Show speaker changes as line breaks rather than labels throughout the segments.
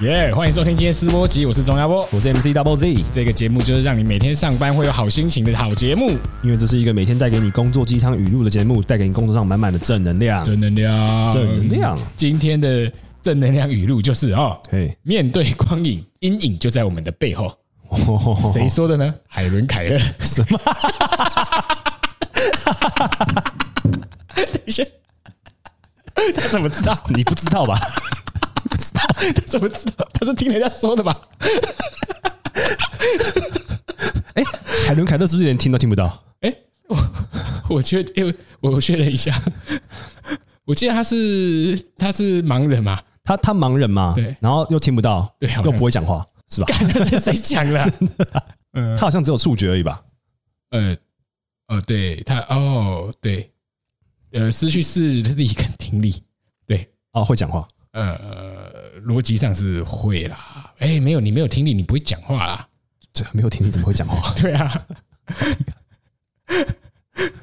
耶欢迎收听今天思波集，我是钟亚波。
我是 MC Double Z，
这个节目就是让你每天上班会有好心情的好节目，
因为这是一个每天带给你工作鸡汤语录的节目，带给你工作上满满的正能量。
正能量，
正能量。
今天的正能量语录就是哦，
嘿，
面对光影，阴影就在我们的背后。
哦
谁说的呢？海伦凯勒。
什么？
等一下， 他怎么知道？
你不知道吧？不知道，
他怎么知道？他是听人家说的吧？
海伦凯勒是不是连听都听不到？
哎、我我确，因为我确认一下，我记得他是他是盲人嘛？
他他盲人嘛，
对
然后又听不到，
对好像
又不会讲话，是吧？
干，那是谁讲的啊？
他好像只有触觉而已吧？
呃，哦，对他，哦，对，呃，失去视力跟听力，对，
哦，会讲话，
呃，逻辑上是会啦。哎，没有，你没有听力，你不会讲话啦。
对，没有听力怎么会讲话？
对啊，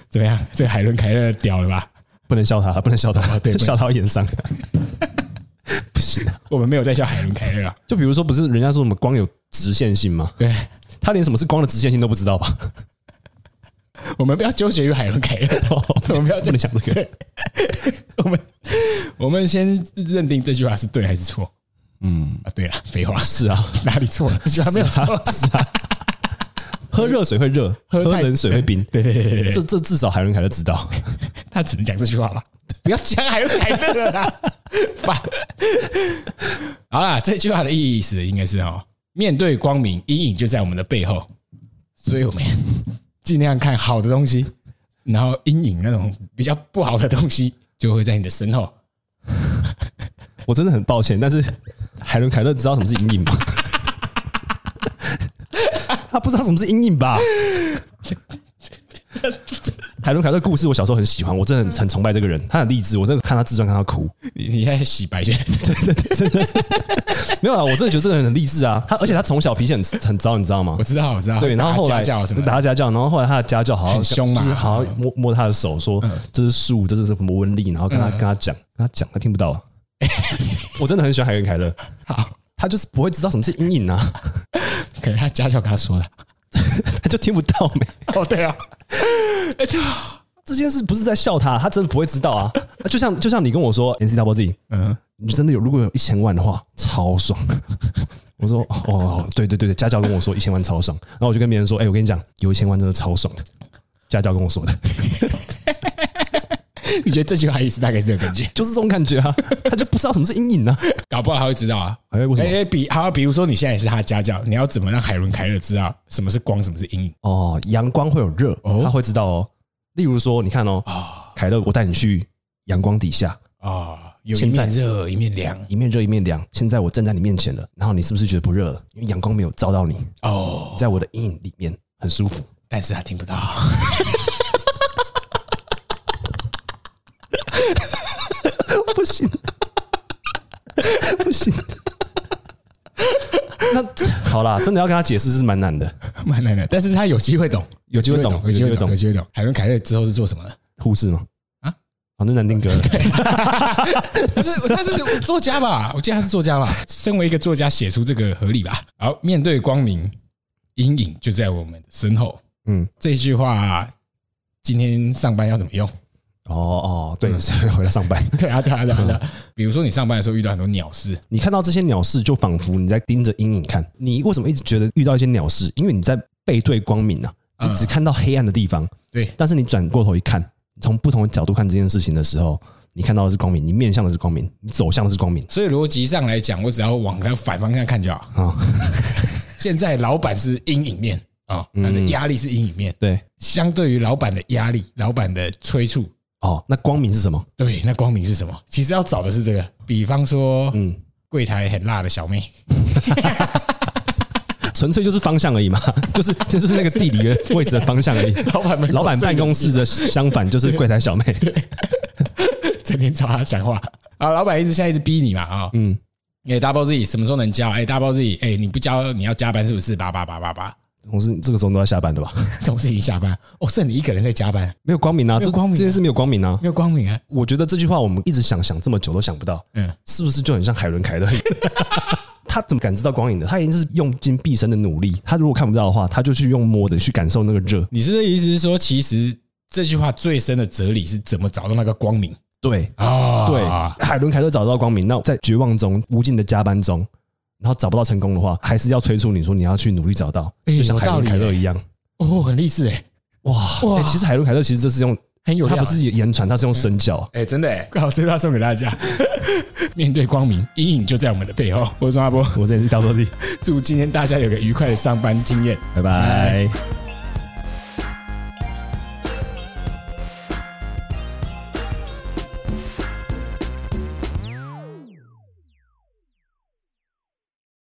怎么样？这个海伦凯勒屌了吧？
不能笑他，不能笑他，
哦对不能
笑他会演伤。不行啊！
我们没有在笑海伦凯勒啊。
就比如说，不是人家说什么光有直线性吗？
对，
他连什么是光的直线性都不知道吧？
我们不要纠结于海伦凯勒， 我们不要
不
再
能讲这个。
对，我们我们先认定这句话是对还是错
嗯，
啊？对了，废话，
是啊，
哪里错了？这 句话没有
是
错
啊。是啊，喝热水会热，
喝
喝
太
冷水会冰。
对对对对对，
这这至少海伦凯勒知道，
他只能讲这句话吧？ 不要讲海伦凯勒了啦， 烦。好啦，这句话的意思应该是哦，面对光明，阴影就在我们的背后，所以我们 尽量看好的东西，然后阴影那种比较不好的东西就会在你的身后。
我真的很抱歉，但是海伦凯勒知道什么是阴影 吗？他不知道什么是阴影吧？海伦凯勒故事我小时候很喜欢，我真的很很崇拜这个人，他很励志，我真的看他自传看到哭。
你你现在洗白去，
没有啊，我真的觉得这个人很励志啊。他而且他从小脾气很很糟，你知道吗
我？知道我知道。
对，然后后来
打家教什么的
打他家教，然后后来他的家教好像
很凶嘛嗯
就是好像摸摸他的手，说这是树，这是什么纹理，然后
嗯
跟他跟他讲，跟他讲，他听不 到啊。我真的很喜欢海伦凯勒，
好，
他就是不会知道什么是阴影啊，
可能他家教跟他说的。
他就听不到没。
哦，对啊，哎对啊，
这件事不是在笑他，他真的不会知道啊。就像就像你跟我说 N C W Z，
嗯，
你真的有如果有一千万的话，超爽。我说哦哦，对对对对，家教跟我说一千万超爽，然后我就跟别人说，哎、我跟你讲，有一千万真的超爽的，家教跟我说的。
你觉得这句话意思大概是这个感觉？
就是这种感 觉啊，他就不知道什么是阴影啊。
搞不好他会知道啊。
哎，为什
哎、
么？
哎比好，比如说你现在也是他家教，你要怎么让海伦凯勒知道什么是光，什么是阴影？
哦，阳光会有热，
哦
他会知道哦。例如说，你看哦，凯乐，我带你去阳光底下，
哦，有一
现在
面热，一面凉。
一面热一面凉。现在我站在你面前了，然后你是不是觉得不热了？因为阳光没有照到你，
哦，
在我的阴影里面很舒服。
但是他听 不到。
不行， 不行。 那好啦，真的要跟他解释是蛮难的。
蛮难的，但是他有机会懂，
有机会懂
有机会懂，有
有
机会懂。海伦凯勒之后是做什么的？
护士吗？
啊
啊，好，那难 听歌了。
不是，他是作家吧？我记得他是作家吧？身为一个作家，写出这个合理吧？好，面对光明，阴影就在我们的身后。
嗯，
这句话，今天上班要怎么用？
哦哦，对，回来上班。
对啊，对啊，对啊，对啊。比如说你上班的时候遇到很多鸟事，
你看到这些鸟事，就仿佛你在盯着阴影看。你为什么一直觉得遇到一些鸟事？因为你在背对光明啊，
嗯
你只看到黑暗的地方。
对
但是你转过头一看，从不同的角度看这件事情的时候，你看到的是光明，你面向的是光明，你走向的是光明
所以逻辑上来讲，我只要往它反方向看就好。
啊。
现在老板是阴影面啊，
嗯
他的压力是阴影面，
对，
相对于老板的压力、老板的催促，
哦，那光明是什么？
对，那光明是什么？其实要找的是这个，比方说，
嗯，
柜台很辣的小妹，
纯粹就是方向而已嘛， 就是就是那个地理的位置的方向 而已。
老板们
老板办公室的相反就是柜台小妹，
整天找他讲话啊，老板一直现在一直逼你嘛啊，嗯
嗯，
哎，double Z 什么时候能交？哎，double Z，哎，你不交你要加班是不是？叭叭叭叭叭，
同事这个时候都要下班的吧？
同事已经下班，哦，剩你一个人在加班，
没有光明啊，
没有
这
光明啊
这件事没有光明啊。
没有光明啊，
我觉得这句话我们一直想想这么久都想不到，
嗯，
是不是就很像海伦凯勒？ 他怎么感知到光影的？他一定是用尽毕生的努力。他如果看不到的话，他就去用摸的去感受那个热。
你是这意思是说，其实这句话最深的哲理是怎么找到那个光明
对
啊？
对，海伦凯勒找到光明，那在绝望中、无尽的加班中，然后找不到成功的话，还是要催促你说你要去努力找到，
哎
就像海
有道
伦
理
凯勒
耶
一样。
哦，很励志哎，
哇，
哇
欸其实海伦凯勒其实这是用，
很有
他
料
不
欸。
是言传，他是用身教。
哎、真的哎，刚好这段送给大家。 面对光明，阴影就在我们的背后。我是庄阿波，
我这里是大落地，
祝今天大家有个愉快的上班经验。
拜拜。